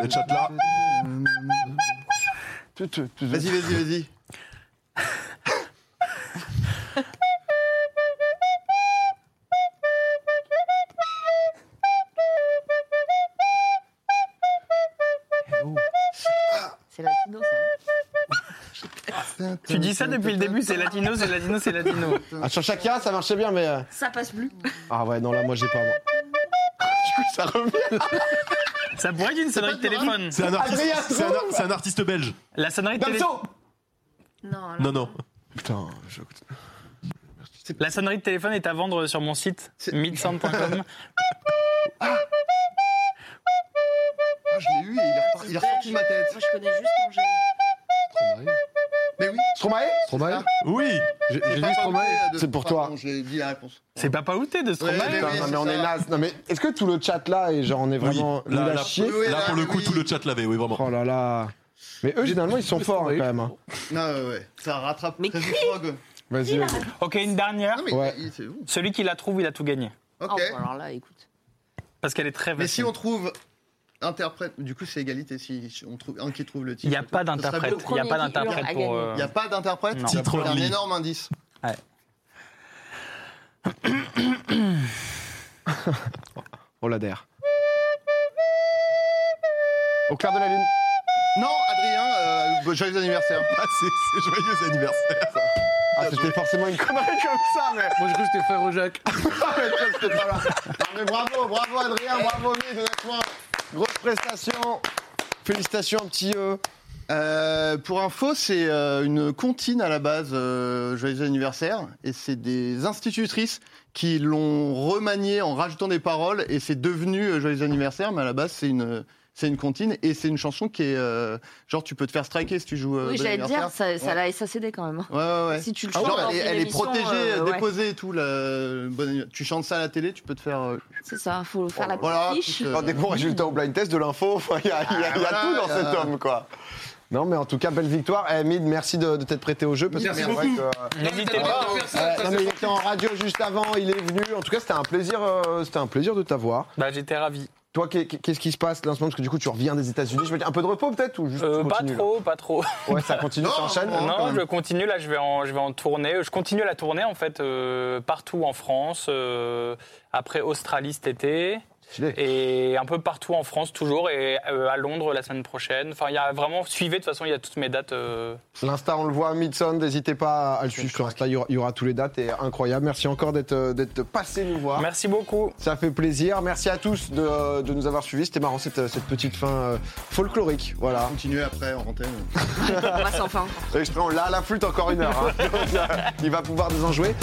Speaker 5: Le chat là.
Speaker 1: Tu- tu- tu-
Speaker 3: Vas-y, vas-y, vas-y.
Speaker 2: C'est latino, ça.
Speaker 4: Tu dis ça depuis le début, c'est latino, c'est latino, c'est latino.
Speaker 1: Ah, sur Shakira, ça marchait bien, mais. euh,
Speaker 2: Ça passe plus.
Speaker 1: Ah ouais, non, là, moi, j'ai pas. moi. Du coup, ça revient.
Speaker 4: Ça pourrait être une sonnerie de téléphone.
Speaker 5: C'est un artiste-
Speaker 1: Adrien
Speaker 5: c'est un ar-
Speaker 1: Stroum.
Speaker 5: c'est un artiste belge.
Speaker 4: La sonnerie de téléphone.
Speaker 1: Damso
Speaker 2: Non,
Speaker 5: Non, non.
Speaker 1: Putain, je.
Speaker 4: La sonnerie de téléphone est à vendre sur mon site
Speaker 3: C'est-
Speaker 4: midsound.com.
Speaker 3: Ah, je l'ai eu et il est, repar- il est ressorti de ma tête.
Speaker 2: Moi, je connais juste Angèle.
Speaker 3: Mais oui,
Speaker 1: Stromae
Speaker 6: Stromae
Speaker 5: Oui.
Speaker 6: J'ai
Speaker 3: j'ai
Speaker 6: j'ai
Speaker 3: pas
Speaker 6: dit Stromae.
Speaker 3: oublié de-
Speaker 1: C'est pour
Speaker 3: pardon,
Speaker 1: toi.
Speaker 3: J'ai dit la réponse.
Speaker 4: C'est pas paouté de ce
Speaker 3: Ouais,
Speaker 4: trompe.
Speaker 3: mais
Speaker 1: Putain,
Speaker 3: oui,
Speaker 1: non,
Speaker 3: c'est
Speaker 1: mais on
Speaker 3: ça.
Speaker 1: est naze. Non, mais est-ce que tout le chat là, et genre, on est vraiment.
Speaker 5: Oui. Là,
Speaker 1: nul à
Speaker 5: là,
Speaker 1: chier
Speaker 3: Oui, ah,
Speaker 5: Là, pour le coup,
Speaker 3: oui.
Speaker 5: tout le chat l'avait, oui, vraiment.
Speaker 1: Oh là là. Mais eux, généralement, ils sont forts hein, quand même. hein.
Speaker 3: Non, ouais, ouais. Ça rattrape.
Speaker 2: Mais
Speaker 3: Crazy
Speaker 2: qui
Speaker 3: Frog.
Speaker 1: Vas-y. vas-y.
Speaker 4: Ok, une dernière.
Speaker 3: Non, mais
Speaker 1: Ouais.
Speaker 3: il- c'est bon.
Speaker 4: Celui qui la trouve, il a tout gagné.
Speaker 3: Ok.
Speaker 2: Ah, bon, alors là, écoute.
Speaker 4: Parce qu'elle est très
Speaker 3: mais si
Speaker 4: facile.
Speaker 3: on trouve interprète, du coup c'est égalité si on trouve un qui trouve le titre.
Speaker 4: Il n'y a pas
Speaker 3: Ce serait
Speaker 4: d'interprète.
Speaker 3: beau.
Speaker 4: Il n'y a
Speaker 2: premier
Speaker 4: pas
Speaker 2: qui hurle
Speaker 4: d'interprète
Speaker 2: a
Speaker 4: pour.
Speaker 2: gagné.
Speaker 4: euh,
Speaker 3: Il n'y a pas d'interprète.
Speaker 4: Non.
Speaker 5: Titre
Speaker 3: C'est un
Speaker 5: only.
Speaker 3: énorme indice.
Speaker 1: Oh la der. Au clair de la lune.
Speaker 3: Non, Adrien, euh, bon, joyeux anniversaire.
Speaker 5: Ah, c'est c'est joyeux anniversaire.
Speaker 1: Ah, c'était forcément une connerie comme ça, mais.
Speaker 6: Moi je crois que c'était frère Jacques.
Speaker 1: Ah, mais toi, c'était pas là. Non, mais bravo, bravo Adrien, bravo Mid, honnêtement. Grosse prestation. Félicitations, un petit E.
Speaker 3: Euh, pour info, c'est euh, une comptine à la base, euh, joyeux anniversaire, et c'est des institutrices qui l'ont remanié en rajoutant des paroles, et c'est devenu euh, joyeux anniversaire, mais à la base c'est une c'est une comptine et c'est une chanson qui est euh, genre tu peux te faire striker si tu joues. euh,
Speaker 2: Oui,
Speaker 3: Bon
Speaker 2: j'allais te dire,
Speaker 3: anniversaire.
Speaker 2: ça, ça
Speaker 3: Ouais.
Speaker 2: l'a SACD quand même. hein.
Speaker 3: Ouais, ouais, ouais.
Speaker 2: Si tu le
Speaker 3: Ah
Speaker 2: chantes,
Speaker 3: ouais,
Speaker 2: en
Speaker 3: elle, est-
Speaker 2: fin
Speaker 3: elle est
Speaker 2: d'émission,
Speaker 3: protégée,
Speaker 2: euh, ouais.
Speaker 3: déposée et tout. la- bonne année. Tu chantes ça à la télé, tu peux te faire. euh,
Speaker 2: C'est ça, faut faire la
Speaker 3: voilà,
Speaker 2: petite fiche.
Speaker 3: petite,
Speaker 1: Dans
Speaker 3: euh,
Speaker 1: des bons résultats au blind test, de l'info, enfin, il y a, il y a- il y a
Speaker 3: Ah,
Speaker 1: tout
Speaker 3: voilà,
Speaker 1: dans
Speaker 3: il y a-
Speaker 1: cet homme, quoi. Non, mais en tout cas, belle victoire. Eh, Mid, merci de, de t'être prêté au jeu. Parce
Speaker 6: Merci
Speaker 1: que c'est vrai
Speaker 6: beaucoup.
Speaker 1: que, euh,
Speaker 4: N'hésitez
Speaker 6: T'as
Speaker 4: pas.
Speaker 6: pas de faire ça,
Speaker 1: euh,
Speaker 6: ça,
Speaker 1: non,
Speaker 6: c'est
Speaker 1: mais il
Speaker 6: pas-
Speaker 1: était en radio juste avant, il est venu. En tout cas, c'était un plaisir, euh, c'était un plaisir de t'avoir.
Speaker 4: Bah, j'étais ravi.
Speaker 1: Toi, qu'est- qu'est-ce qui se passe là en ce moment Parce que du coup, tu reviens des États-Unis. Je me dis, un peu de repos peut-être ou juste
Speaker 4: Euh,
Speaker 1: tu
Speaker 4: pas
Speaker 1: continues, là
Speaker 4: trop, pas trop.
Speaker 1: Ouais, ça continue, ça enchaîne. hein,
Speaker 3: non, quand
Speaker 4: Non,
Speaker 3: même.
Speaker 4: je continue. Là, je vais en, je vais en tournée. Je continue la tournée en fait euh, partout en France. euh, après Australie cet été.
Speaker 1: Stylé.
Speaker 4: et un peu partout en France toujours et euh, à Londres la semaine prochaine. Enfin, il y a vraiment suivez de toute façon, il y a toutes mes dates. euh,
Speaker 1: L'Insta, on le voit, Midson, n'hésitez pas à le suivre sur Insta, il y aura, il y aura tous les dates et incroyable. Merci encore d'être euh, d'être passé nous voir.
Speaker 4: Merci beaucoup.
Speaker 1: Ça fait plaisir. Merci à tous de, euh, de nous avoir suivis. C'était marrant cette, cette petite fin euh, folklorique. Voilà.
Speaker 3: Continuez après en antenne.
Speaker 2: On va sans fin.
Speaker 1: Exprès, on l'a à la flûte encore une heure. hein. il va pouvoir nous en jouer.